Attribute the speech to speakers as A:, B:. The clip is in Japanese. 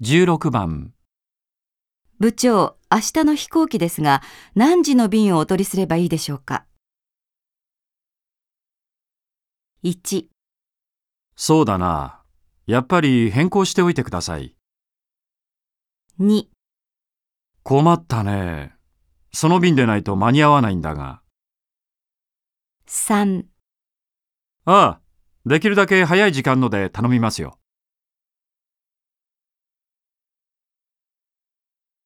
A: 16番、
B: 部長、明日の飛行機ですが、何時の便をお取りすればいいでしょうか。1、
A: そうだな。やっぱり変更しておいてください。
B: 2、
A: 困ったね。その便でないと間に合わないんだが。
B: 3。
A: ああ、できるだけ早い時間ので頼みますよ。